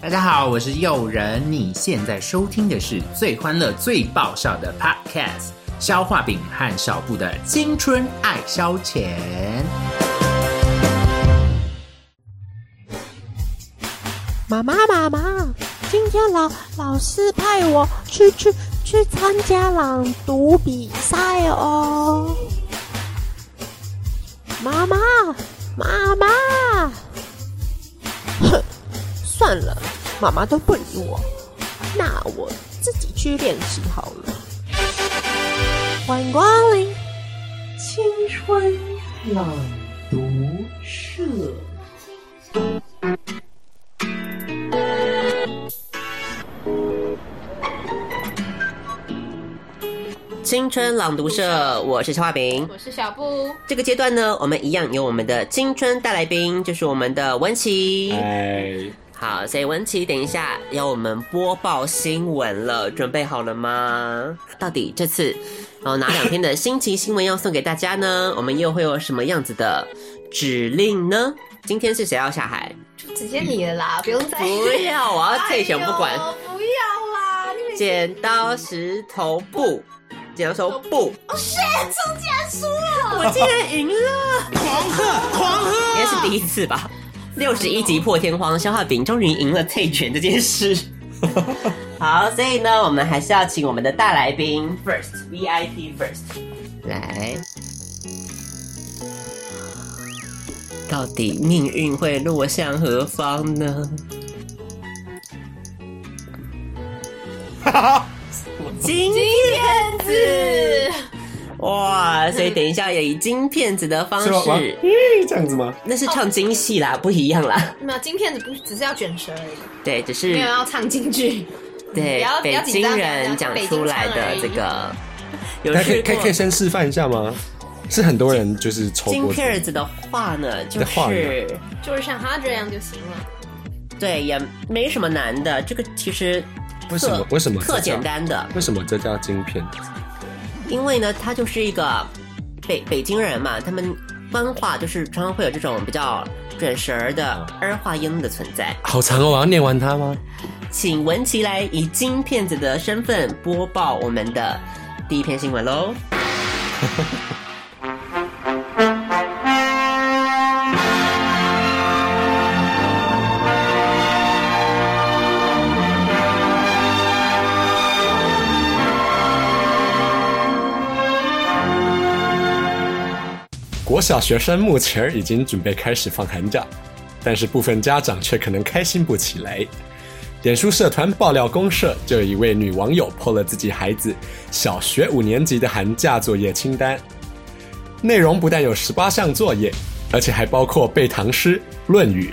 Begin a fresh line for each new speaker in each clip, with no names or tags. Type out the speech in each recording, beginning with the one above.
大家好，我是诱人，你现在收听的是最欢乐、最爆笑的 Podcast《消化饼和小布的青春爱消遣》。
妈妈，妈妈，今天老老师派我去去去参加朗读比赛哦。妈妈，妈妈，哼，算了，妈妈都不理我，那我自己去练习好了。欢迎光临青春朗读社。
青春朗读社，我是小画饼。
我是小布，
这个阶段呢，我们一样有我们的青春大来宾，就是我们的文琪。
哎，
好，所以文琪，等一下要我们播报新闻了，准备好了吗？到底这次哦哪两篇的新奇新闻要送给大家呢？ 我们又会有什么样子的指令呢？今天是谁要下海？
就直接你的啦，不用再
不啊要，我要退选不管
哎。呦不要啦，你每次
剪刀石头布，剪刀石头布，
哦 shit，中竟然输了，
我竟然赢了！
狂贺，狂贺！
应该是第一次吧。六十一集破天荒，消化饼终于赢了退权这件 事。好，所以呢，我们还是要请我们的大来宾 first VIP first 来。到底命运会落向何方呢？ 今天子哇，所以等一下也以金片子的方
是吗？哇
式，
咦这样子吗？
那是唱京戏啦，不一样啦。
没有金片子不只是要卷舌而已，
对，只是
没有啊要唱京剧，不
对
要
北京人讲出来的这个，有
大家可
试
以可以可以
过
先示范一下吗？是很多人就是抽
金
过这个，
片子的话呢，就
的话呢
是
就是像他这样就行了。
对，也没什么难的。这个其实
为什么
特
为什么这
特
叫
简？单的？
为什么这叫金片子？
因为呢，他就是一个北北京人嘛，他们官话就是常常会有这种比较卷舌儿的儿化音的存在。
好长哦，我要念完它吗？
请文琪来以金片子的身份播报我们的第一篇新闻喽。
国小学生目前已经准备开始放寒假，但是部分家长却可能开心不起来。脸书社团爆料公社就有一位女网友 po 了自己孩子小学五年级的寒假作业清单，内容不但有十八项作业，而且还包括背唐诗、《论语》、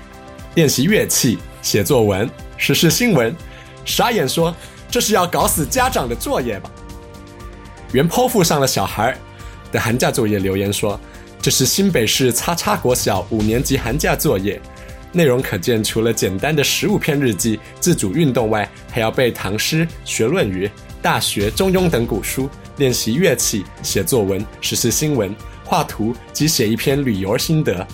练习乐器、写作文、时事新闻。傻眼说：“这是要搞死家长的作业吧？”原剖附上了小孩儿的寒假作业留言说：“这是新北市叉叉国小五年级寒假作业，内容可见除了简单的十五篇日记、自主运动外，还要背唐诗、学《论语》、《大学》《中庸》等古书，练习乐器、写作文、时事新闻、画图及写一篇旅游心得，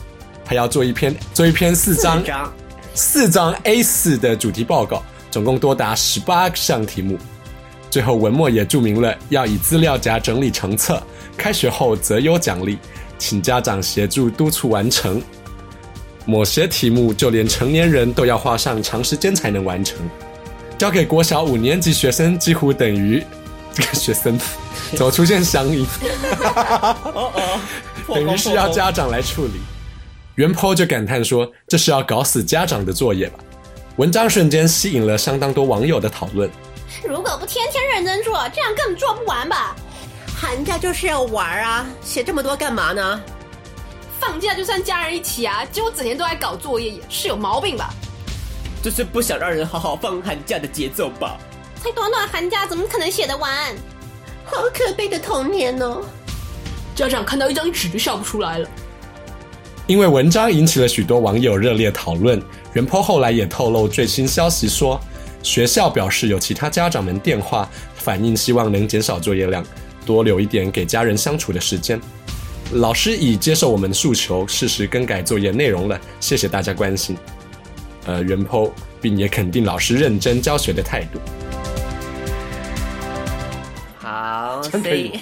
还要做一篇做一篇四张
四张
四张 A 4的主题报告，总共多达十八项题目。最后，文末也注明了要以资料夹整理成册，开学后择优奖励，请家长协助督促完成。某些题目就连成年人都要花上长时间才能完成，交给国小五年级学生几乎等于 这个学生怎么出现乡音？
哦哦，破功
等于是要
破功
家长来处理。袁坡就感叹说：“这是要搞死家长的作业吧？”文章瞬间吸引了相当多网友的讨论。
如果不天天认真做，这样根本做不完吧？
寒假就是要玩啊，写这么多干嘛呢？
放假就算家人一起啊，结果整天都在搞作业，也是有毛病吧？
就是不想让人好好放寒假的节奏吧。
才短短寒假，怎么可能写得完？
好可悲的童年哦！
家长看到一张纸就笑不出来了。
因为文章引起了许多网友热烈讨论，袁坡后来也透露最新消息说，学校表示有其他家长们电话反映，希望能减少作业量，多留一点给家人相处的时间。老师已接受我们诉求，适时更改作业内容了，谢谢大家关心。呃原 po，并也肯定老师认真教学的态度。
好，
真可
所
以
以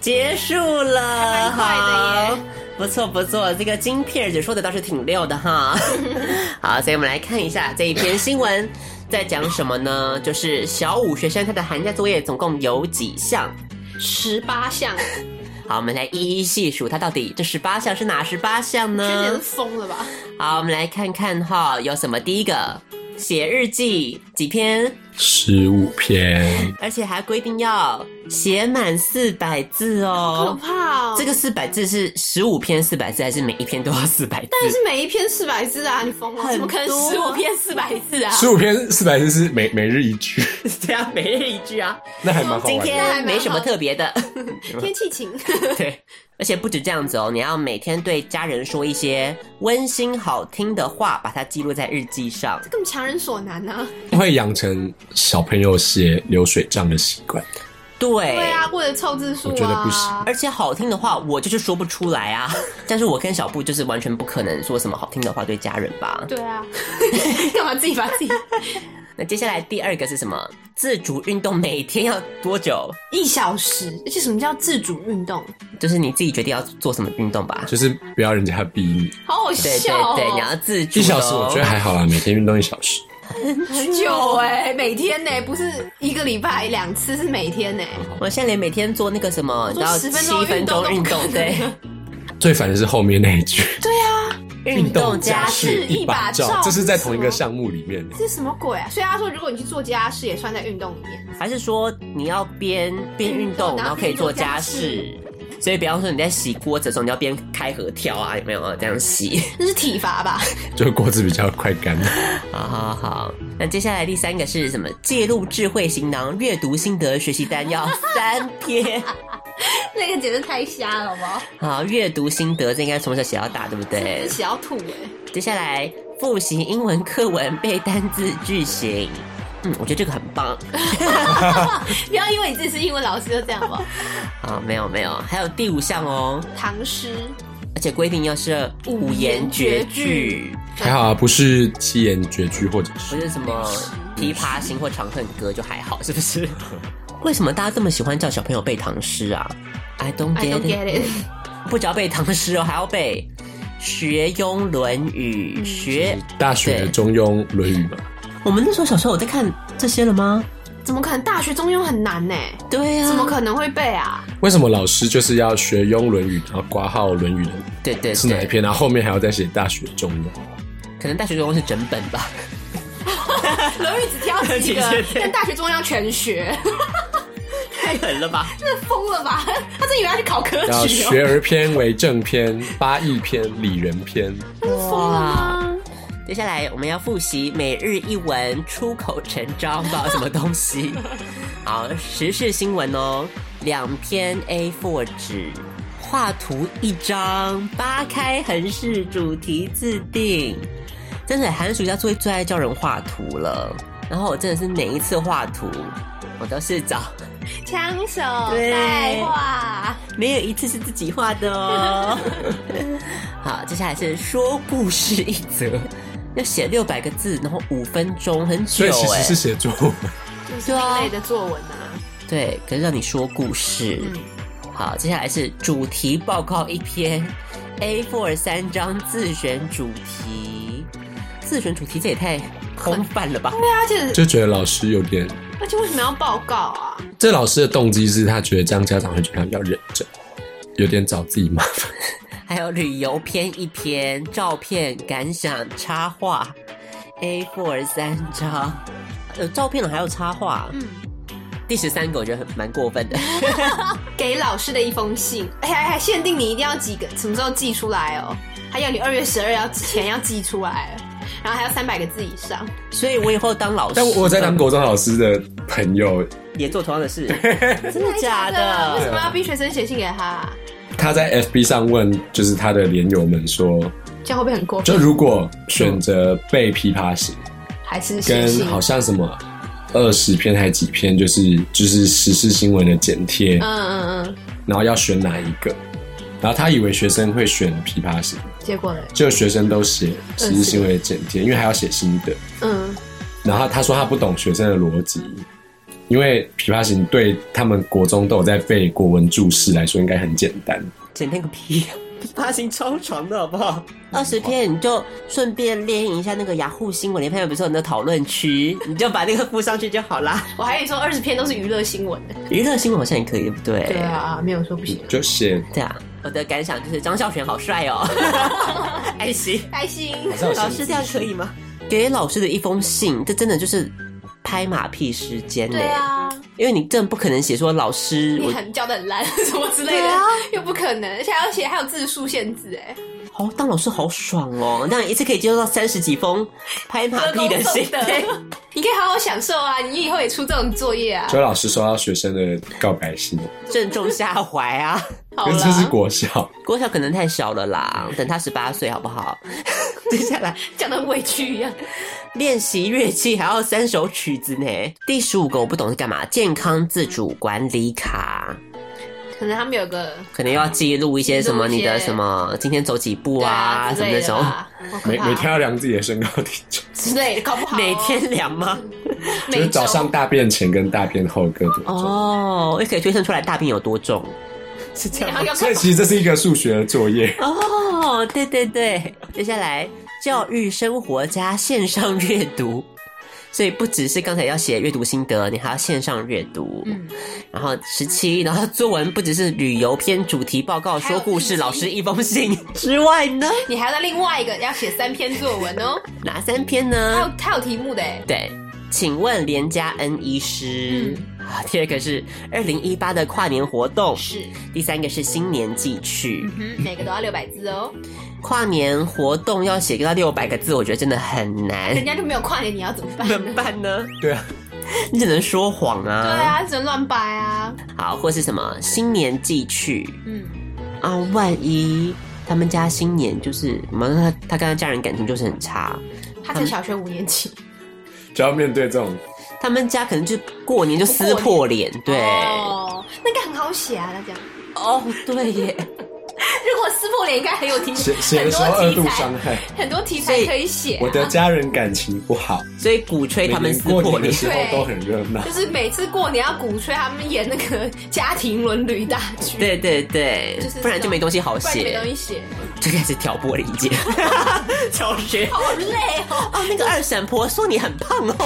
结束了，
还蛮快的
好
耶，
不错不错，这个金片儿姐说的倒是挺溜的 哈。好，所以我们来看一下这一篇新闻在讲什么呢？就是小五学生他的寒假作业总共有几项？
十八项，
好，我们来一一细数，它到底这十八项是哪十八项
这简直
呢？
疯了吧？
好，我们来看看哈，有什么？第一个写日记几篇，
十五篇，
而且还规定要写满四百字
可
哦。
怕哦！
这个四百字是十五篇四百字，还是每一篇都要四百字？
但是每一篇四百字啊，你疯了？
很
怎么可能
多
十五篇四百字啊？
十五篇四百字是每每日一句，
这样每日一句啊。
那还蛮好玩
今
的。
天没什么特别的，
天气 晴，
对。而且不止这样子哦，你要每天对家人说一些温馨好听的话，把它记录在日记上。
更强人所难啊！
会养成小朋友写流水账的习惯。
对
对啊，为了凑字数啊，
我觉得不行
而且好听的话，我就是说不出来啊。 但是我跟小布就是完全不可能说什么好听的话对家人吧。
对啊， 干嘛自己把自己
那接下来第二个是什么？自主运动每天要多久？
一小时？而且什么叫自主运动？
就是你自己决定要做什么运动吧。
就是不要人家逼你。
好好
对对
笑哦！
对，你要自主、
一小时我觉得还好啦，每天运动一小时。
很久哎、每天呢、不是一个礼拜两次，是每天呢、
我现在连每天做那个什么，你知道
做
七
10
分
分钟
钟运
运动都不
动
可，能
对，
最烦的是后面那一句
运动加
事一把照
这是在同一个项目里面。
这是什么鬼啊？所以他说，如果你去做家事，也算在运动里面。
还是说你要边边运动，
运动
然后可以做家事？所以，比方说你在洗锅子的时候，你要边开合跳啊，有没有这样洗？
这是体罚吧？
就锅子比较快 干。
好好好，那接下来第三个是什么？记录智慧行囊、阅读心得、学习单要三篇。
那个简直太瞎了，好不 好？
好，阅读心得这应该从小写到大，对不对
真？是要吐哎、
接下来复习英文课文、背单字、句型。嗯，我觉得这个很棒。
不要因为你自己是英文老师就这样好不好？
好，没有没有，还有第五项哦，
唐诗
而且规定要是五言绝句，
还好啊，不是七言绝句或者
不
是
是什么《琵琶行》或《长恨歌》就还好，是不 是？为什么大家这么喜欢叫小朋友背唐诗啊？I don't
，I
get
don't
it。
get it。
不只要背唐诗哦，还要背《学庸》《论语》学。
大学的
对
中庸《论语》嘛。
我们那时候小时候有在看这些了吗？
怎么可能？大学中庸很难呢、欸
对啊，
怎么可能会背 啊？
为什么老师就是要学庸《论语》，然后挂号《论语》的
对对哦
是哪一
对，
篇，然后后面还要再写大学 中庸？
可能大学中文是整本吧。
《论语》只挑几
对
个
对，对
但大学中央全学，
太狠了吧！
疯了吧？ 他真以为他去考科
要
举哦、
学而篇为正篇，八义篇、理人篇。
哇！接下来我们要复习每日一文，出口成章吧，什么东西？好，时事新闻哦，两篇 A4 纸，画图一张，八开横式主题自定。真的，寒暑假作业最爱叫人画图了。然后我真的是每一次画图，我都是找
枪手
对
带话，
没有一次是自己画的哦。好，接下来是说故事一则，要写六百个字，然后五分钟，很久
所以其实
哎、
是写作文。
就是另类的作文啊。
对，可是让你说故事。好，接下来是主题报告一篇，A4 三张自选主题，自选主题这也太空泛了吧？
对啊，而且
就觉得老师有 点，
而且为什么要报告啊？
这老师的动机是他觉得这样家长会觉得他比较认真，有点找自己麻烦。
还有旅游篇一篇，照片、感想、插画，A4 三张，有照片了还有插画。嗯，第十三个我觉得很蛮过分的，
给老师的一封信，哎还还限定你一定要几个，什么时候寄出来哦？还要你二月十二要之前要寄出来，哦然后还要三百个字以上。
所以我以后当老师，
但我我在当国中老师的朋友，
也做同样的事，真的假
啊
为什
的？
么要逼学生写信给他、啊？
他在 FB 上问，就是他的连友们说，
这样会不会很过
就
分？
如果选择背琵琶行，
还是写
跟
信？
好像什么二十篇还几篇，就是就是时事新闻的剪贴，
嗯嗯嗯，
然后要选哪一个，然后他以为学生会选琵琶行，
结果呢？
就学生都写实际行为简介，因为还要写心得。
嗯，
然后他说他不懂学生的逻辑，因为《琵琶行》对他们国中都有在背国文注释来说应该很简单。
简单个屁、啊！ 发型超长的好不好？二十篇你就顺便练一下那个雅虎新闻联篇，不是有那个讨论 区，你就把那个附上去就好啦。
我还以为说二十篇都是娱乐新闻呢。
娱乐新闻好像也可以，对不对？
对啊，没有说不行。
就写
对啊，我的感想就是张孝全好帅 哦，爱惜。
开心，
像
哎老师这样可以吗？给老师的一封信，这真的就是拍马屁时间
嗯
呢、
对啊，
因为你真的不可能写说老师
你
我
很教的很烂 什么之类的，又不可能，而且还要写还有字数限制哎，
好、当老师好爽哦，那一次可以接收到三十几封拍马屁的信
歌功颂。德
对
你可以好好享受啊，你以后也出这种作业啊，
周老师收到学生的告白信，
正中下怀啊！
好
因为这是
啦，
国校，
郭晓可能太小了啦，等他十八岁好不 好？接下来
讲的委屈一样，
练习乐器还要三首曲子呢。第十五个我不懂是干嘛，健康自主管理卡，
可能他们有个
可能又要记录一些什么
录一
你
些
的什么今天走几步
对
啊
啊
什么那种，
每每
每
天要量自己的身高体重，
之类的，搞不好
每天量吗？
每
就是早
周
上大便前跟大便后各多重。
哦，也可以推算出来大便有多重，是这样
然
吗
后？要
所以其实这是一个数学的作业，
哦，对对对，接下来教育生活加线上阅读，所以不只是刚才要写阅读心得，你还要线上阅读。嗯，然后十七，然后作文不只是旅游篇主题报告
还
说
有
故事，
日记
老师一封信之外呢，
你还要另外一个要写三篇作文哦，
哪三篇
它
呢？
有它有题目的哎，
对。请问连家恩医师，
嗯
啊，第二个是二零一八的跨年活动，
是，
第三个是新年寄去，
嗯，每个都要六百字哦，
跨年活动要写到六百个字，我觉得真的很难。
人家就没有跨年，你要 怎么办
怎
嗯
么
呢？
办呢？
对啊，
你 只能说谎啊。
对。啊，只能乱掰啊，
好，或是什么新年寄去
嗯，
啊？万一他们家新年就是，马上他他跟他家人感情就是很差，
他才小学五年级，
就要面对这种
他们家可能就过年就撕破脸。对，
哦，那应该很好写啊，他讲，
哦，对耶。
如果撕破脸应该很有题，
写写的时候
很多
二
题
度
材
伤害。
很多题
所
材
以
可以写、
我
啊。
的家人感情不好，
所以鼓吹
每
他们
年
撕
过
破
年的
脸。
时候都很热闹
就。是每次过年要鼓吹他们演那个家庭伦理大剧，，
对对对
就是这，种
不然就没东西好
不然就没
写
东，西写，
就开始挑拨离间。 小学
好累哦，
哦，那个二婶婆说你很胖哦，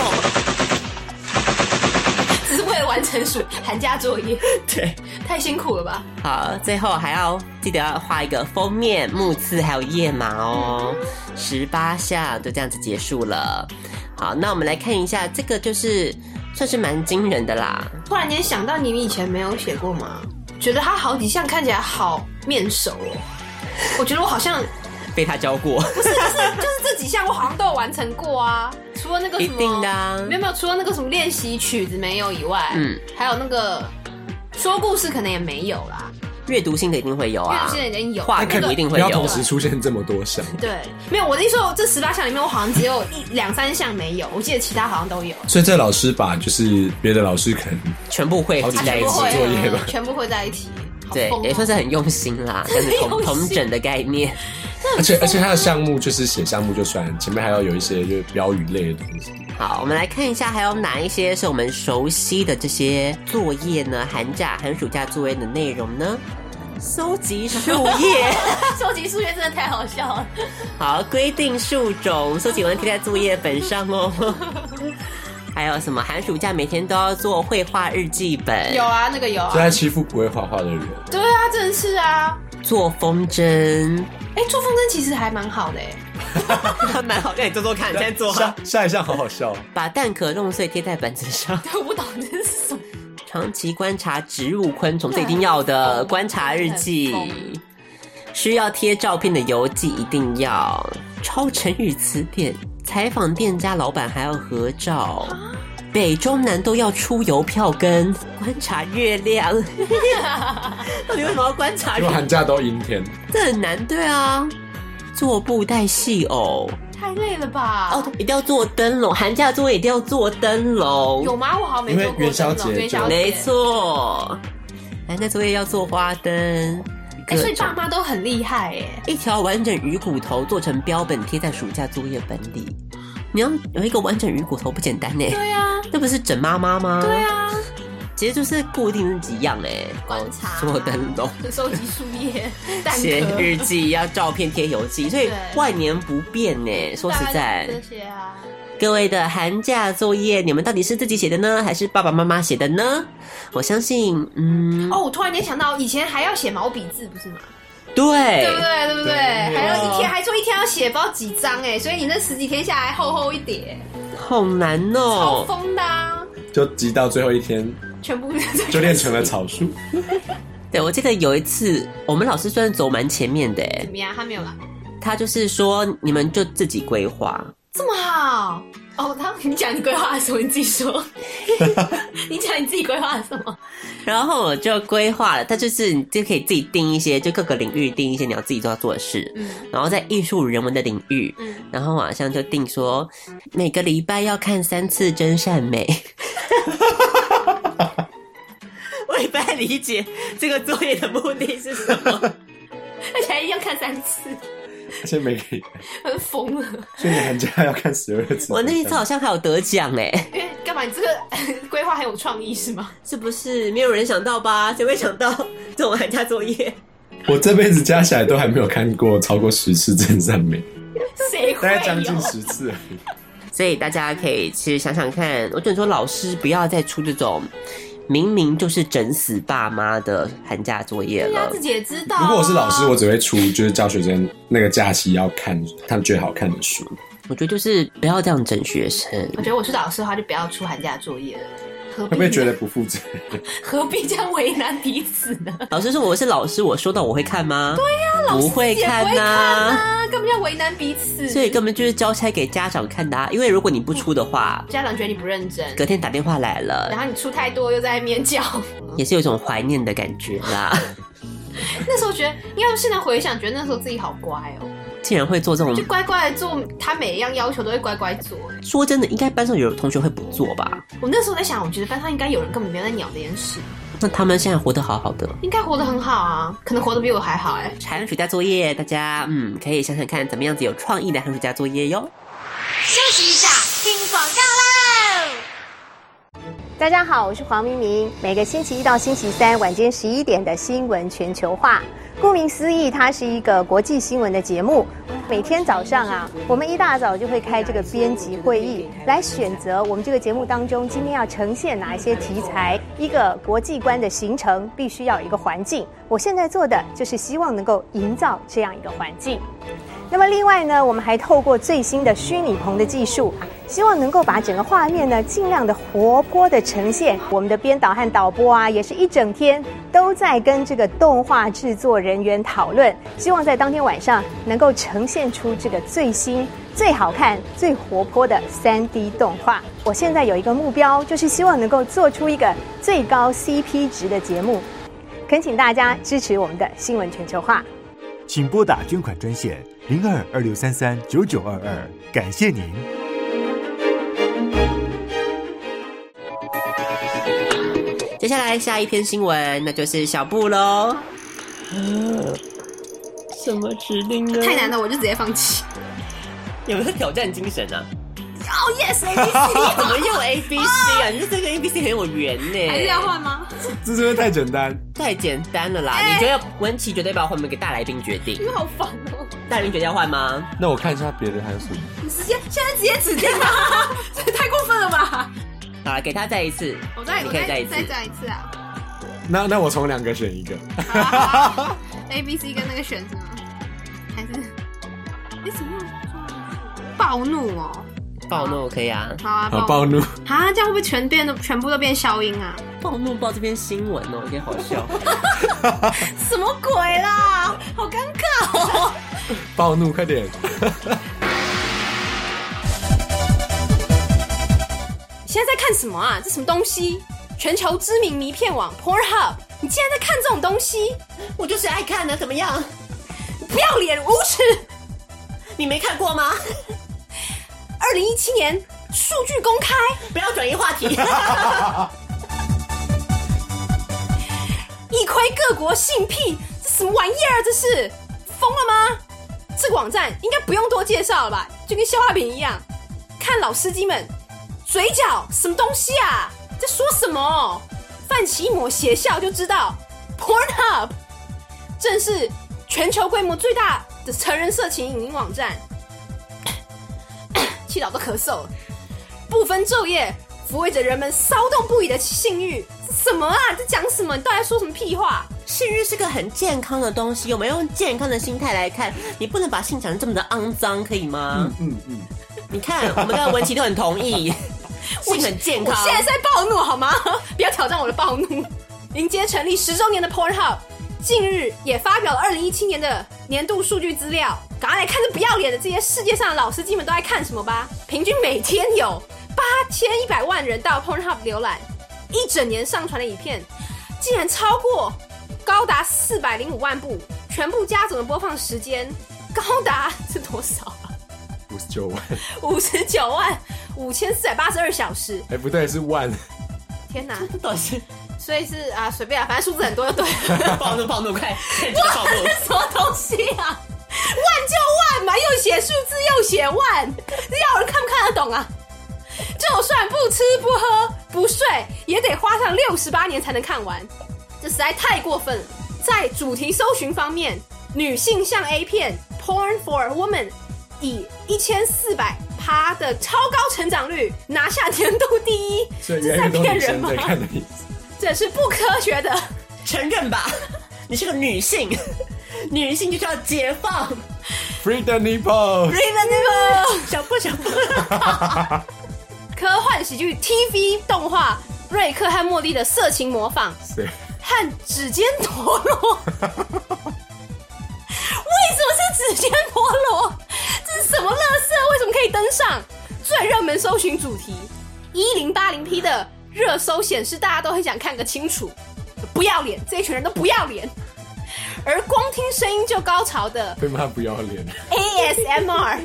只是为了完成暑寒假作业，
对。
太辛苦了吧？
好，最后还要记得要画一个封面、木刺还有页码哦，十八下就这样子结束了。好，那我们来看一下，这个就是算是蛮惊人的啦。
突然间想到，你们以前没有写过吗？觉得他好几项看起来好面熟哦，我觉得我好像
被他教过，
就是这几项我好像都有完成过啊，除了那个什么，
一定的啊
没有没有，除了那个什么练习曲子没有以外，
嗯
嗯，还有那个说故事可能也没有啦，
阅读性的一定会有
因为
啊
现，在已经有
画
那
肯
个
定一定
不
会
要
有
同。时出现这么多项，
对，没有我的意思说，这十八项里面我好像只有一两三项没有，我记得其他好像都有，
所以这老师把就是别的老师可能
全部会合
好几
在一
部
起
会，作业吧
嗯全部会在一起，好
对
疯，哦
也算是很用心啦，这样子同
很用心
同整的概念。
而
啊
且而且他的项目就是写项目就算，前面还要有一些就是标语类的东西。
好，我们来看一下还有哪一些是我们熟悉的这些作业呢？寒假、寒暑假作业的内容呢？搜集树叶。
收集数学真的太好笑了，
好，规定树种，收集完贴在作业本上 哦。还有什么？寒暑假每天都要做绘画日记本，
有啊，那个有
就
啊，
在欺负不会画画的人，
对啊，真的是啊，
做风筝，
哎，做风筝其实还蛮好的哎。
蛮好，让你做做看，先做
下下一项好好笑哦，
把蛋壳弄碎贴在本子上，
对，我不懂这是什么。
长期观察植物、昆虫，这一定要的
嗯
观察日记
嗯，
需要贴照片的邮寄一定要，超成语词典，采访店家老板还要合照。北中南都要出邮票跟观察月亮，到底为什么要观察
因
月
为
亮？
寒假都阴天，
这很难，对啊。做布袋戏偶
太累了吧？
哦，一定要做灯笼，寒假作业一定要做灯笼，
有吗？我好像没做过
因为元宵
这种
节
元宵节
没错，寒假作业要做花灯，各
哎，所以
种
爸妈都很厉害哎。
一条完整鱼骨头做成标本贴在暑假作业本里。你要有一个完整鱼骨头不简单呢，
对啊，
那不是整妈妈吗？
对，啊，
其实就是固定是几样哎，
观察啊
所有灯笼。
收集树叶、蛋
写
壳，
日记要照片贴邮寄，所以
对
万年不变呢。说实
大概
在
就，是这些啊。
各位的寒假作业，你们到底是自己写的呢，还是爸爸妈妈写的呢？我相信，嗯，
哦，我突然间想到，以前还要写毛笔字，不是吗？
对
对不对？对不对？
对
还有一天，还说一天要写不知道几张哎，所以你那十几天下来厚厚一叠，
好难
超
哦。
疯的啊，
就急到最后一天
全部
就练成了草书。
对，我记得有一次，我们老师虽然走蛮前面的，哎
怎么样？啊他没有来，
他就是说你们就自己规划，
这么好哦。他你讲你规划了什么？你自己 说，你讲你自己规划了什么？
然后我就规划了，它就是你就可以自己定一些，就各个领域定一些你要自己都要做的事。
嗯
然后在艺术人文的领域，
嗯
然后好像就定说每个礼拜要看三次《真善美》。 我也不太理解这个作业的目的是什么。
而且还一定要看三次，
而且每个礼拜，
我都疯了。
所以你寒假要看十二 次。
我那一次好像还有得奖哎、
因为干嘛？你这个规划很有创意是吗？
是不是没有人想到吧？谁会想 到这种寒假作业？
我这辈子加起来都还没有看过超过十次真善美，
谁
大
会
概将近
有？
十次而已。
所以大家可以其实想想看，我只能说老师不要再出这种明明就是整死爸妈的寒假作业
大家
了
自。己也知道啊、
如果我是老师，我只会出就是教学生那个假期要看他们觉得好看的书。
我觉得就是不要这样整学生。
我觉得我是老师的话，就不要出寒假作业了。何
会
必
不会觉得不负责任？
何必这样为难彼此呢？
老师说我是老师，我收到我会看吗？对呀、不会看
也不会
呐、
看啊，根本就为难彼此。
所以根本就是交差给家长看的、啊。因为如果你不出的话，
家长觉得你不认真，
隔天打电话来了
然，后你出太多又在那边叫。
也是有一种怀念的感觉啦。
那时候觉得，因为现在回想，觉得那时候自己好乖哦，
竟然会做这种
就，乖乖的做，他每一样要求都会乖乖做。
说真的，应该班上有同学会不做吧？
我那时候在想，我觉得班上应该有人根本没有在鸟这件事，
那他们现在活得好好的，
应该活得很好啊，可能活得比我还好哎、
寒暑假作业，大家嗯可以想想看怎么样子有创意的寒暑假作业哟。
大家好，我是黄明明。每个星期一到星期三晚间十一点的新闻全球化，顾名思义，它是一个国际新闻的节目。每天早上啊，我们一大早就会开这个编辑会议，来选择我们这个节目当中今天要呈现哪一些题材。一个国际观的形成，必须要有一个环境。我现在做的就是希望能够营造这样一个环境。那么另外呢，我们还透过最新的虚拟棚的技术，希望能够把整个画面呢尽量的活泼的呈现。我们的编导和导播啊，也是一整天都在跟这个动画制作人员讨论，希望在当天晚上能够呈现出这个最新、最好看、最活泼的 3D 动画。我现在有一个目标，就是希望能够做出一个最高 CP 值的节目。恳请大家支持我们的新闻全球化。
请拨打捐款专线零二二六三三九九二二，感谢您。
接下来下一篇新闻，那就是小布喽。
哦
什么指令啊
太难了，我就直接放弃。
有没有挑战精神啊？
哦、yes，A B C，
怎么又 A B C 啊？你这个 A B C 很有缘
还是要
呢，
换哎吗？
这真的太简单。
太简单了啦！你觉得文琪绝对把我们给大来宾决定？
好烦哦。
大来宾决定要换吗？
那我看一下别的还有什么？
你直接现在直接指定 吗？这太过分了吧！
好了，给他再一次，
我再
你
我
可以
再
再一次
再。讲一次 啊
那那我从两个选一个。
好啊好啊好！A B C 跟那个选什么？还是你怎么样？暴怒哦！
暴怒可以啊，
好啊，
好
怒
暴怒，
啊！这样会不会全变都全部都变消音啊？
暴怒报这篇新闻哦，有点好笑。
什么鬼啦？好尴尬哦！
暴怒，快点！
现在在看什么啊？这什么东西？全球知名迷片网 Pornhub，你竟然在看这种东西？
我就是爱看的，怎么样？
不要脸，无耻！
你没看过吗？
二零一七年数据公开，
不要转移话 题。
一窥各国性癖，这什什么玩意儿？啊这是疯了吗？这个网站应该不用多介绍了吧？就跟消化饼一样，看老司机们嘴角什么东西啊？在说什么？泛起一抹邪笑就知道，Pornhub 正是全球规模最大的成人色情影音网站。 气到都咳嗽了。不分昼夜，抚慰着人们骚动不已的性欲。这什么啊？这讲什么？你到底在说什么屁话？
性欲是个很健康的东西，我们要用健康的心态来看，你不能把性讲得这么的肮脏，可以吗？嗯嗯。你看，我们的文琪都很同 意，性很健
我
康。
现在在暴怒好吗？不要挑战我的暴怒。迎接成立十周年的 Pornhub，近日也发表了二零一七年的年度数据资料。赶快来看这不要脸的这些世界上的老司机们都在看什么吧！平均每天有八千一百万人到 Pornhub 浏览，一整年上传的影片竟然超过高达四百零五万部，全部加总的播放时间高达是多少啊？
五十九万，
五十九万五千四百八十二小时！
哎，不对，是 万，
天哪！
到底是
所以是啊，随便啊，反正数字很多就对 了。
暴怒暴怒快，快点暴怒！
什么东西啊？万就万嘛，又写数字又写万，这要人看不看得懂啊？就算不吃不喝不睡，也得花上六十八年才能看完，这实在太过分了。在主题搜寻方面，女性向 A 片 （Porn for Women） 以一千四百趴的超高成长率拿下年度第一，
所
这
以
是
原
在
来都
骗
女
人
生
吗
在？看的意思。
这是不科学的。
承认吧，你是个女性， 女性就是要解放。
Free the nipple，
想不想不？
科幻喜剧 TV 动画《瑞克和莫蒂的色情模仿》
是
和《指尖陀螺》。为什么是指尖陀螺？这是什么乐色？为什么可以登上最热门搜寻主题？一零八零 P 的热搜显示，大家都很想看个清楚。不要脸，这一群人都不要脸。而光听声音就高潮的
被骂不要脸，
ASMR，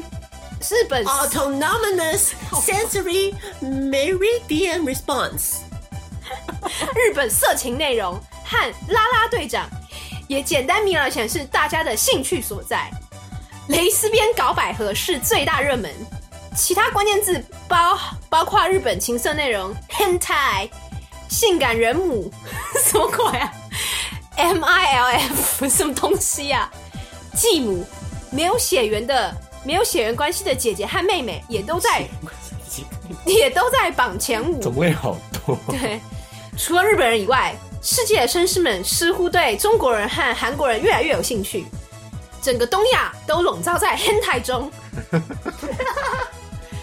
日本
Autonomous sensory meridian response。
日本色情内容和啦啦队长，也简单明了地显示大家的兴趣所在。蕾丝边搞百合是最大热门，其他关键字包包括日本情色内容、hentai、性感人母， 什么鬼啊？M I L F 什么东西呀、啊？继母，没有血缘的、没有血缘关系的姐姐和妹妹也都在，也都在榜前五。
种类好多。
对，除了日本人以外，世界的绅士们似乎对中国人和韩国人越来越有兴趣，整个东亚都笼罩在 hentai 中。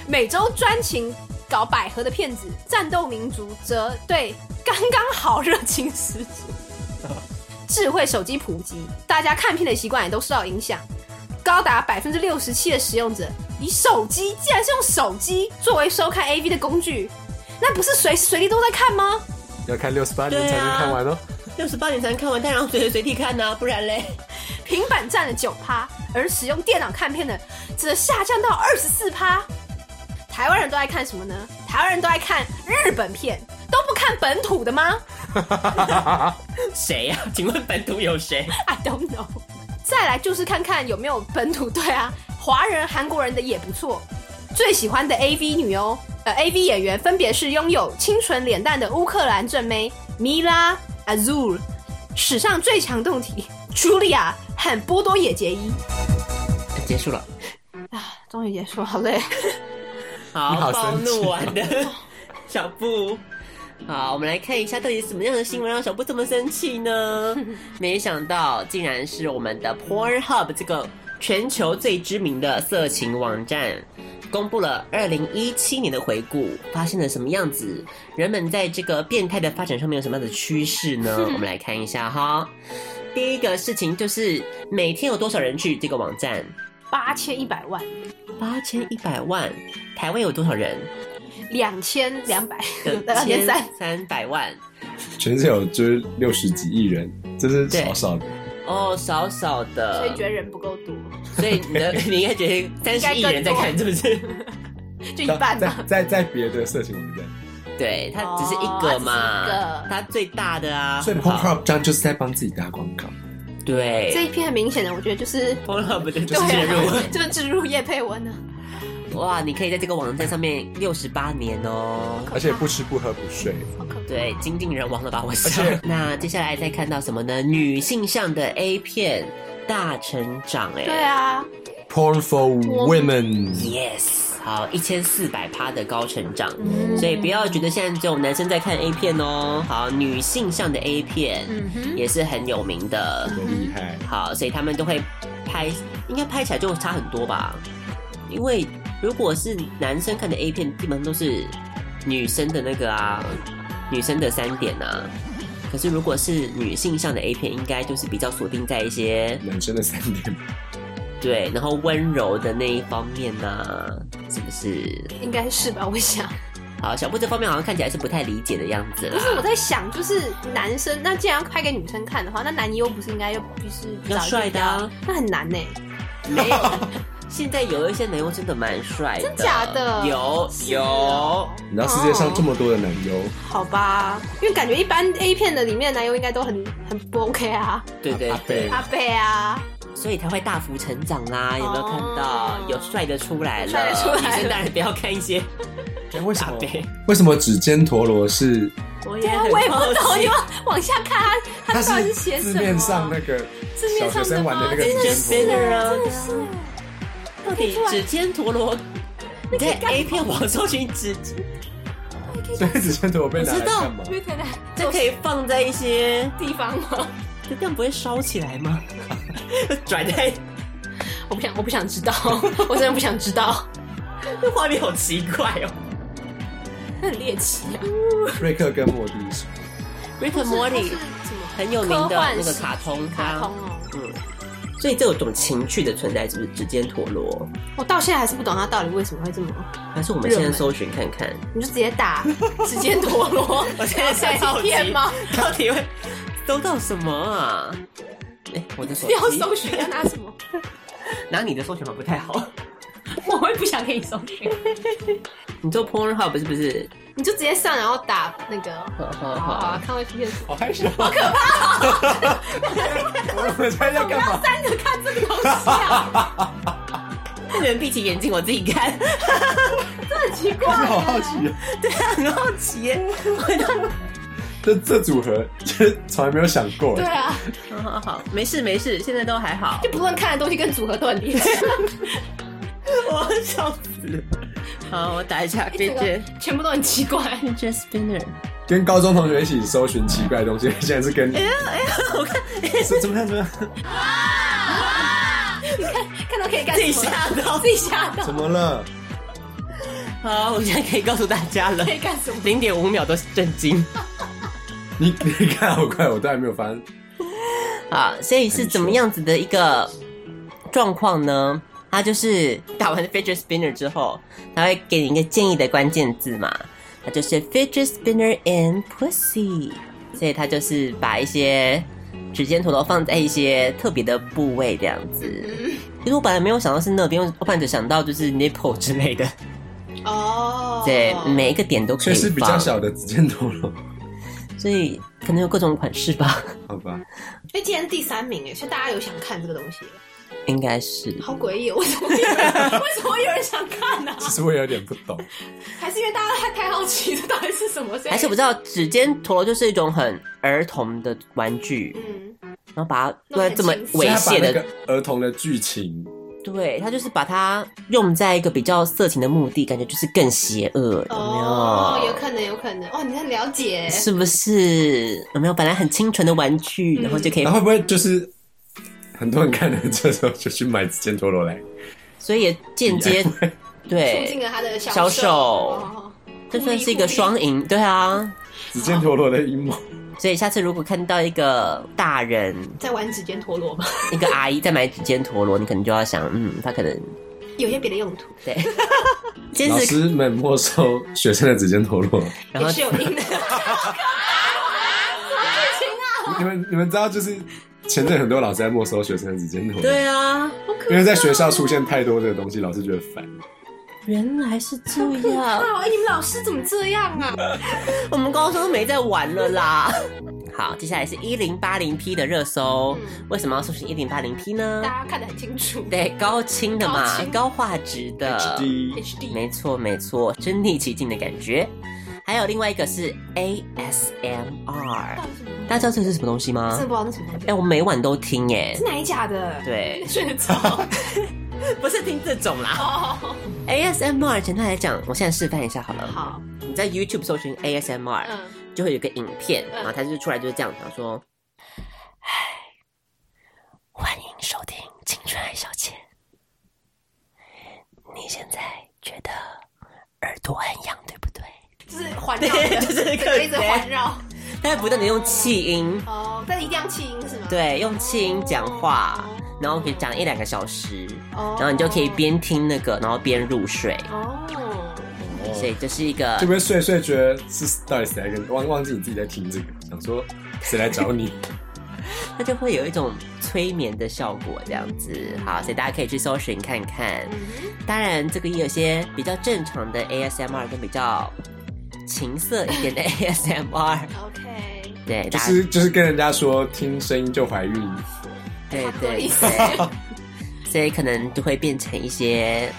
美洲专情搞百合的骗子，战斗民族则对刚刚好热情十足。智慧手机普及，大家看片的习惯也都受到影响。高达百分之六十七的使用者以手机，竟然是用手机作为收看 AV 的工具，那不是随时随地都在看吗？
要看六十八年才能看完哦。
六十八年才能看完，当然要随时随地看啊呐、不然嘞，
平板占了九趴，而使用电脑看片的则下降到二十四趴。台湾人都爱看什么呢？台湾人都爱看日本片，都不看本土的吗？
谁呀、 请问本土有谁？
I don't know。再来就是看看有没有本土对啊，华人、韩国人的也不错。最喜欢的 AV 女优，呃，AV 演员分别是拥有清纯脸蛋的乌克兰正妹米拉 Azul，史上最强动体 Julia 和波多野结衣。
结束了，
终于结束，好 累。
好
你好
暴
生气
怒完的 小布。好，我们来看一下到底什么样的新闻让小布这么生气 呢？没想到竟然是我们的 Pornhub 这个全球最知名的色情网站，公布了二零一七年的回顾，发现了什么样子？人们在这个变态的发展上面有什么样的趋势呢？ 我们来看一下哈。第一个事情就是每天有多少人去这个网站？
八千一百万，
八千一百万，台湾有多少人？
两千 两百，两千三。
三百万
全世界有就是六十几亿人，这是少少的。
哦，少少
所以
的
觉，得人不够多，
所以你的你应该觉得三十亿人在看，是不是？
就一半
在
吧。
在在别的色情网站，
对，它只是一个嘛
哦它只是
它最
一个，
大的啊，
所以
好不好
Pornhub 这样就是在帮自己打广告。
对，
这一篇很明显的，我觉得就是
疯了不就
对
直
啊
接入？
就是植入叶佩文啊。
哇，你可以在这个网站上面六十八年哦。
而且不吃不喝不睡，
对，精尽人亡了吧？我想。那接下来再看到什么呢？女性向的 A 片大成长、哎，
对啊，
Porn for Women，
Yes，好，一千四百趴的高成长，所以不要觉得现在只有男生在看 A 片哦。好，女性向的 A 片、
嗯
也是很有名的，
厉害！
好，所以他们都会拍，应该拍起来就差很多吧？因为如果是男生看的 A 片，基本上都是女生的那个啊，女生的三点啊。可是如果是女性向的 A 片，应该就是比较锁定在一些
男生的三点，
对，然后温柔的那一方面呢、是不是？
应该是吧？我 想，
好，小布这方面好像看起来是不太理解的样子
不是我
啦。
在想，就是男生那既然要拍给女生看的话，那男优不是应该要就是找一个
要帅的啊
比较，那很难呢、
没有，现在有一些男优真的蛮帅的，
真假的
呃有
是
有，
哦
你知道世界上这么多的男优，
好吧，因为感觉一般 A 片的里面的男优应该都很很不 OK 啊，
对对
阿
对
贝，
阿贝啊，
所以才会大幅成长啦。有没有看
哦
到？有帅的出来了，
帅的出来了
女生当然不要看一些
哎为什
大
么？
杯。
为什么指尖陀螺是
我
对
也
啊
很，
我也不
好
懂，
奇
你往往下看他他
它
到底
是
写什
字
么？
面上那个
字面
小
上
学
的
生玩
吗
的那个指
真的
尖
是
陀螺，
啊，
真的是欸，
到底指尖陀螺？你在 A 片网搜寻指尖，
所以指尖陀螺被拿来干嘛？
对的
这可以放在一些
地方吗？
这样不会烧起来吗？ 转在
我不想，我不想知道， 我真的不想知道，
那画面好奇怪哦。
很猎奇啊。
瑞克跟莫蒂是
Rick and
或
Morty
是什么
很有名
科
的
幻
那个
式
卡通，
卡通哦？
嗯，所以这种情趣的存在是不是指尖陀螺？
我到现在还是不懂他到底为什么会这么，
还是我们
热
现
门
在搜寻看 看？
你就直接打指尖陀螺，
我现在
在
在好奇
骗吗？
到底会搜到什么啊？哎、我的手
不要
机，
搜寻要拿什么？
拿你的搜寻法不太好。
我会不想给你搜寻，
你做 Pornhub 是不是？
你就直接上然后打那个，
好好
好啊
好，，
看 A 片，
好害羞，好可
啊
怕！我们猜在干嘛？
单着 看这个东西啊，
你们闭起眼睛，我自己看。
很奇怪
我好
啊。
好奇，
对啊，很好奇耶。
这这组合这从来没有想过。
对啊，
好好好，没事没事，现在都还 好。
就不论看的东西跟组合都很猎奇，
我笑死。好，我打一下 B
哎这个
J
全部都很 奇怪。
B J Spinner。
跟高中同学一起搜寻奇怪的东西，现在是
哎
跟
我看
是怎么样怎么样？
看到可以干
自己
什么？
吓到
自。己吓到
怎么了？
好，我现在可以告诉大家了
可，以干什么？
零点五秒都是震惊。
你 你看好快，我都还没有发现。
啊，所以是怎么样子的一个状况呢？它就是打完 fidget spinner 之后，它会给你一个建议的关键字嘛，它就是 fidget spinner and pussy，所以它就是把一些指尖陀螺放在一些特别的部位这样子。其实我本来没有想到是那边，我反正想到就是 nipple 之类的，
哦，
对，每一个点都可
所
以
以
放，
是比较小的指尖陀螺，
所以可能有各种款式吧，
好吧？
因为今天是第三名哎，所以大家有想看这个东西，
应该是。
好诡异哦！为什么会有人为什么会有人想 看呢、
其实我也有点不懂，
还是因为大家太太好奇这到底是什么？所以
而且我知道指尖陀螺就是一种很儿童的玩具，
嗯，
然后把它用在这么
所
猥
以他把
亵的
那个，儿童的剧情，
对，它就是把它用在一个比较色情的目的，感觉就是更邪恶，有没有？
哦，有可能，有可能，哦，你很了解，
是不是？有没有？本来很清纯的玩具，然后就可以
然，后会不会就是很多人看了这时候就去买指尖陀螺来？
所以也间接
促进
对，
了他的销
销售
哦
这算是一个双赢，对啊。
指尖陀螺的阴谋，
所以下次如果看到一个大人、
在玩指尖陀螺吧，
一个阿姨在买指尖陀螺，你可能就要想，嗯，她可能
有些别的用途
对， 坚
老
持
师们没收学生的指尖陀螺。
然后
也是 有用的。
你们你们知道，就是前阵很多老师在没收学生的指尖陀螺，
对啊，
因为在学校出现太多这个东西，老师觉得烦。
原来是这样，
哦，哎，你们老师怎么这样啊？
我们高中都没在玩了啦。 好，接下来是一零八零 P 的热搜，
嗯
为什么要搜寻一零八零 P 呢？
大家看得很清楚。
对，高清的嘛
高，清
高画质的
HD
，HD
没错没错，身临其境的感觉。还有另外一个是 ASMR，
到底是什么
大家知道这是什么东西吗
真的？不知道那什么东西
哎、，我每晚都听耶
是，哪一家的？ ，
对
睡得着。
不是听这种啦。
哦
ASMR 简单来讲，我现在示范一下好了。
好，
你在 YouTube 搜寻 ASMR，、
嗯，
就会有个影片，然
嗯
后它就是出来就是这样，然后说：“嗨，欢迎收听《青春爱小姐》，你现在觉得耳朵很痒，对不对
就是环绕的，
对就是
整
感
个
觉
一直环绕。？”
它会不断的用气音，
哦，但是一定要气音是吗？，
对，用气音讲话，然后可以讲一两个小时，
哦
然后你就可以边听那个，然后边入睡，
哦，
所以这是一个
这边睡一睡觉得是到底谁来跟忘忘记你自己在听这个，想说谁来 找你？
它就会有一种催眠的效果，这样子。好，所以大家可以去搜寻看看。
嗯
当然，这个也有些比较正常的 ASMR 跟比较情色一 点的 ASMR，
OK，
对，
就
大家
是就是跟人家说听声音就怀孕，
对
差不多
对
意思
对，所以可能就会变成一些，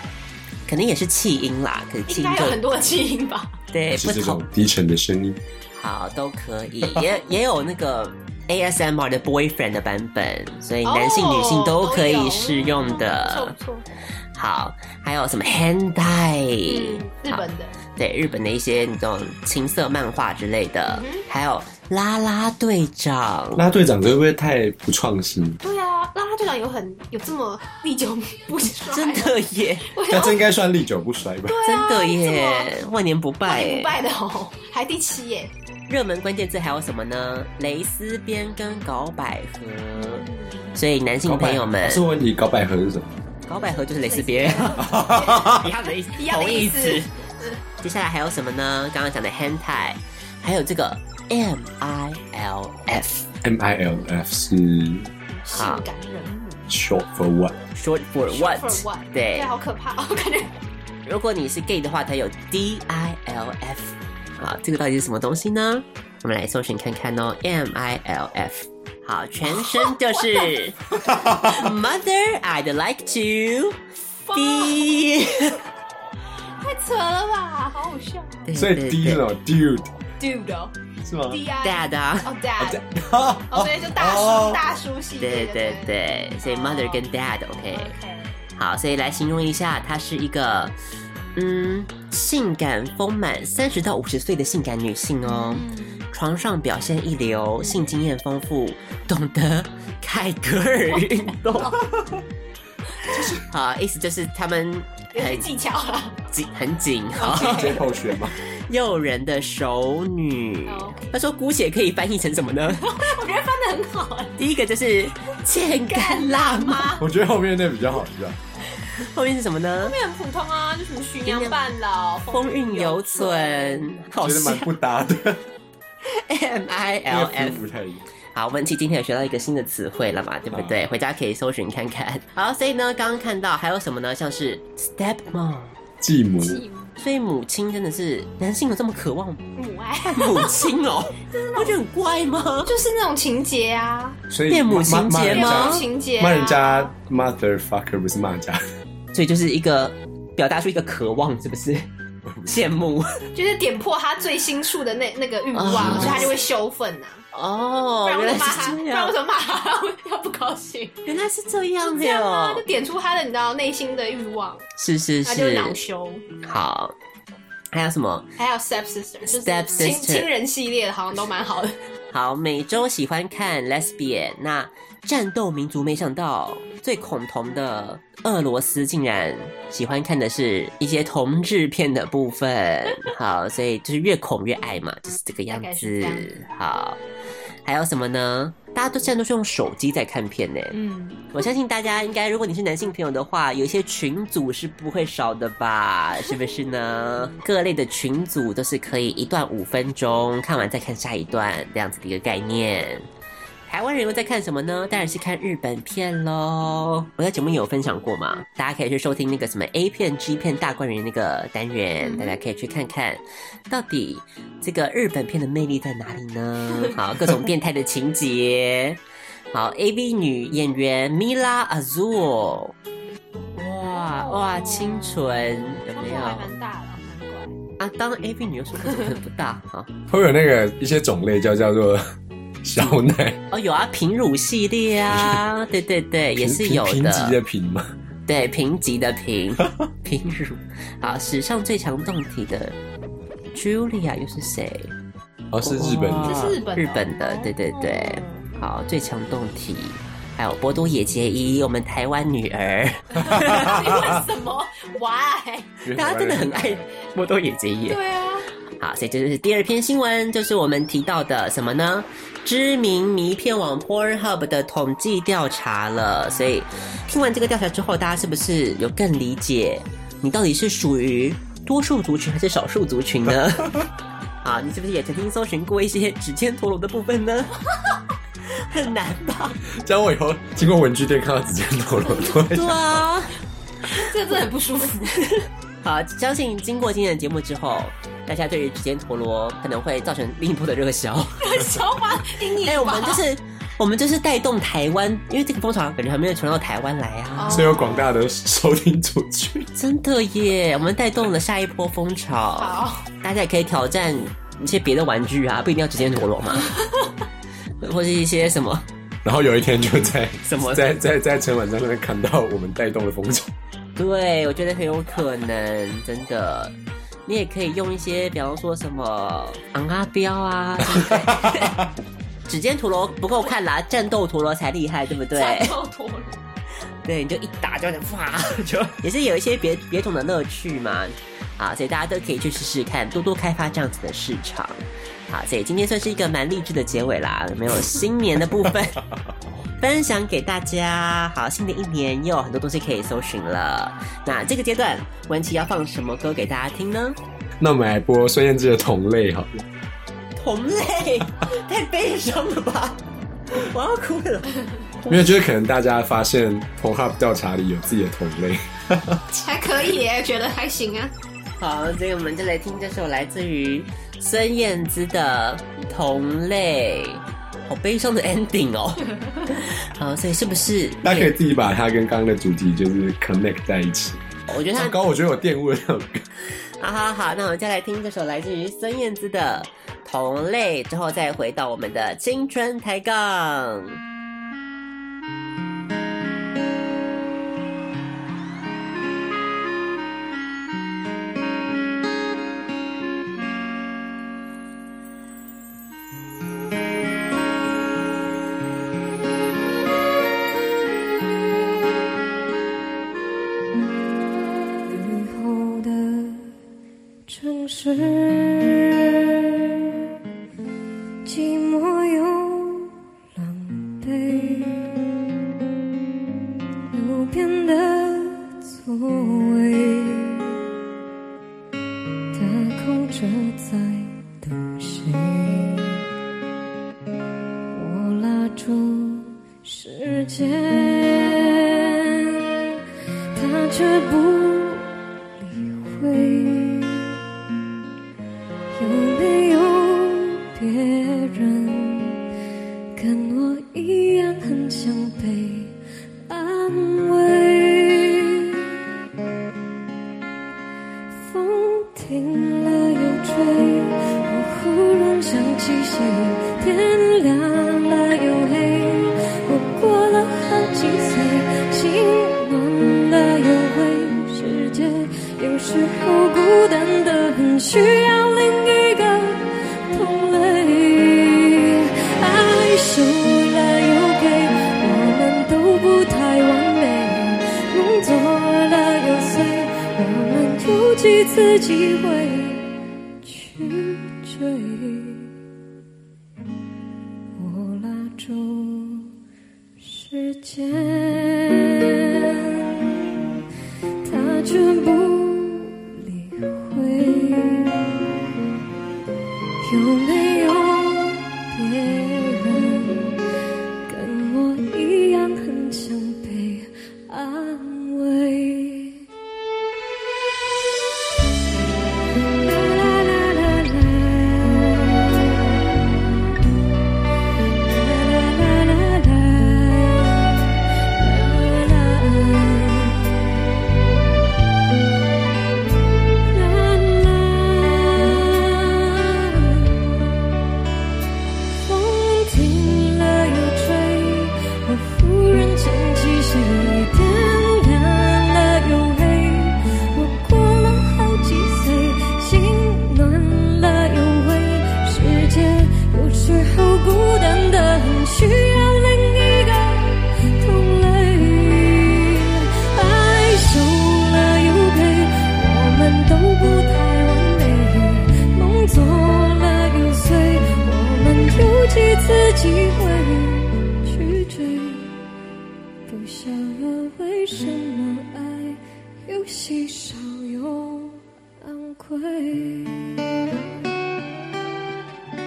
可能也是气音啦，可是气
应
音
该有很
就
多的气音吧？
对
啊是
哎不
这种
同，
低沉的声音。
好都可以，也也有那个。ASMR 的 boyfriend 的版本，所以男性、
哦
女性都可
都
以
有嗯
适用的。
不错不错，
好，还有什么 hand die，、
嗯，日本的
对日本的一些那种情色漫画之类的，还有啦啦队长，
拉队长会不会太不创新？
对啊，拉拉队长有很有这么历久不衰，
真的耶，
我
那
要
这应该算历久不衰
哎
吧？
真的
啊这
耶，哎万年不败耶
不。败的哦，还第七耶，
热门关键字还有什么呢？蕾丝边跟搞百合，
嗯
所以男性朋友们，
是问你搞百合是什么？
搞百合就是蕾丝边，
哦
一样的意思，
一样的
同
意
义
思
词。接下来还有什么呢？刚刚讲的 hentai，还有这个 M I L F。
M I L F 是
性感人物
short for what？
short for what？
For what？
对
对，，哎好可怕， 我感觉
如果你是 gay 的话，它有 D I L F。好，这个到底是什么东西呢？我们来搜寻看看哦，M I L F。好，全身就是 Mother I'd like to be。
太扯了吧，好好笑啊
对
所以 D 是什么？Dude
，dude 哦
是吗？
，D I
dad 啊，
哦 dad，
啊
哦所以就大叔大叔系
对
列，
对对，所以 mother 跟 dad，OK、
，OK，
好，所以来形容一下，她是一个嗯性感丰满三十到五十岁的性感女性哦，
嗯
床上表现一流，性经验丰富，懂得凯格尔运动。好，意思就是他们
有些
很
技巧啊 了
紧很紧，好
直接候选吗？
诱人的熟女
好。
他说姑且可以翻译成什么 呢？
我觉得翻的很好，
第一个就是欠干辣 妈，
我觉得后面那比较好笑。
后面是什么呢？
这很普通啊，就什么徐娘半老，
风韵犹，存，好
觉得蛮
像
不搭的
M I
因
哦 L
为
F
不太一样。
好，文琪今天有学到一个新的词汇了嘛，对不
嗯
对？回家可以搜寻看看。 好，所以呢，刚刚看到还有什么呢？像是 step mom，
继母
所以母亲真的是男性有这么渴望
母爱，
母亲哦，不觉得很怪吗？
就是那种情节啊，
所以
恋母
骂
情
骂
节
人
吗
家
有情节啊，
骂人家 motherfucker 不是骂人家，
所以就是一个表达出一个渴望，是不是？
嗯
羡慕
就是点破他最新处的那那个欲望，
啊
所以他就会羞愤呐、啊。
哦
不然，我
原
怎
来
么骂他？
是
不
这
然
样，
我怎么骂他？ 他不高兴。
原来是这样
这
的
样啊，
哦
就，点出他的你知道内心的欲望，
是是
他就是
是，
恼羞。
好，还有什么？
还有 step sister，就是亲
Stepsister
亲人系列的，好像都蛮好的。
好，每周喜欢看 lesbian，那战斗民族没想到最恐同的俄罗斯竟然喜欢看的是一些同志片的部分。好，所以就是越恐越爱嘛，就是这个样
大概
子
是这样。
好，还有什么呢？大家都现在都是用手机在看片呢、
嗯，
我相信大家应该，如果你是男性朋友的话，有一些群组是不会少的吧？是不是呢？各类的群组都是可以一段五分钟，看完再看下一段这样子的一个概念。台湾人又在看什么呢？当然是看日本片喽。我在节目有分享过嘛，大家可以去收听那个什么 A 片、G 片大观园那个单
嗯
元，大家可以去看看，到底这个日本片的魅力在哪里呢？好，各种变态的情节。好，AV 女演员 Mila Azul，哇哇，清纯有嗯没有
还蛮大的，难怪。
啊？当 AV 女优说不可能不大啊？
会有那个一些种类叫 叫做小奶，
哦，有啊，平乳系列啊，对对对，也是
平
有
平级的平嘛。
对，评级的评， 评乳。好，史上最强动体的 Julia 又是谁？
哦，是日本
哇
的，
这是日本的
日本的，对对对。好，最强动体，还有波多野结衣，我们台湾女 儿，
你问什么？Why？
大家真的很爱波多野结衣。
对啊，
好，所以这就是第二篇新闻，就是我们提到的什么呢？知名迷片网 Pornhub 的统计调查了。所以听完这个调查之后，大家是不是有更理解你到底是属于多数族群还是少数族群呢？啊，你是不是也曾经搜寻过一些指尖陀螺的部分呢？很难吧？
这样我以后经过文具店看到指尖陀螺，都会
对啊。
这真的很不舒服。
好，相信经过今天的节目之后，大家对于指尖陀螺可能会造成另一波的热销。
小马定义
哎、我们
吧
就是我们就是带动台湾，因为这个风潮感觉还没有传到台湾来
哦
啊，
所以有广大的收听族群。
真的耶！我们带动了下一波风潮，
好，
大家也可以挑战一些别的玩具啊，不一定要指尖陀螺 嘛，或是一些什么
然后有一天就在
什么
在在在陈晚上那边看到我们带动的风潮，
对，我觉得很有可能，真的。你也可以用一些，比方说什么昂阿标啊，对不对 指尖陀螺不够看啦，战斗陀螺才厉害，对不对？
战斗陀螺，
对，你就一打就能 啪，就也是有一些别别种的乐趣嘛。啊，所以大家都可以去试试看，多多开发这样子的市场。好，所以今天算是一个蛮励志的结尾啦，有没有新年的部 分分享给大家。好，新的一年又有很多东西可以搜寻了。那这个阶段，文琪要放什么歌给大家听呢？
那我们来播孙燕姿的《同类》好了，
同类， 太悲伤了吧，我要哭了。
因为就是可能大家发现 p o h u b 调查里有自己的同类，
还可以耶，觉得还行啊。
好，所以我们就来听这首来自于孙燕姿的《同类》，好悲伤的 ending 哦。好，所以是不是？
大家可以自己把它跟刚刚的主题就是 connect 在一起。
我觉得
糟
他
糕，我觉得我玷污了这首歌。
好好好，那我们就来听这首来自于孙燕姿的《同类》，之后再回到我们的青春抬杠。
雨后的城市，寂寞又狼狈，路边的座位，它空着在等谁？我拉住时间，它却不理会。有没有别人跟我一样很想被安慰？风停了又吹，我忽然想起谁？天亮了又黑，我过了好几岁，心暖了又灰，世界有时候孤单的很，需要另一个同类。爱受了又给，我们都不太完美，梦做了又碎，我们有几次机会去追？我拉住时间，它却不理会。有没有别人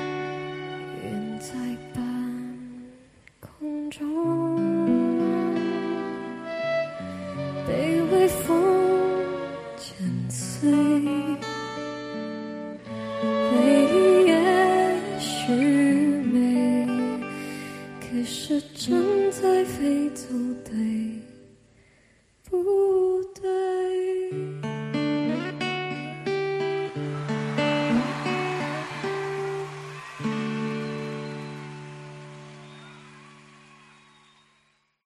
远在半空中，被微风剪碎。回忆也许美，可是正在飞走，对不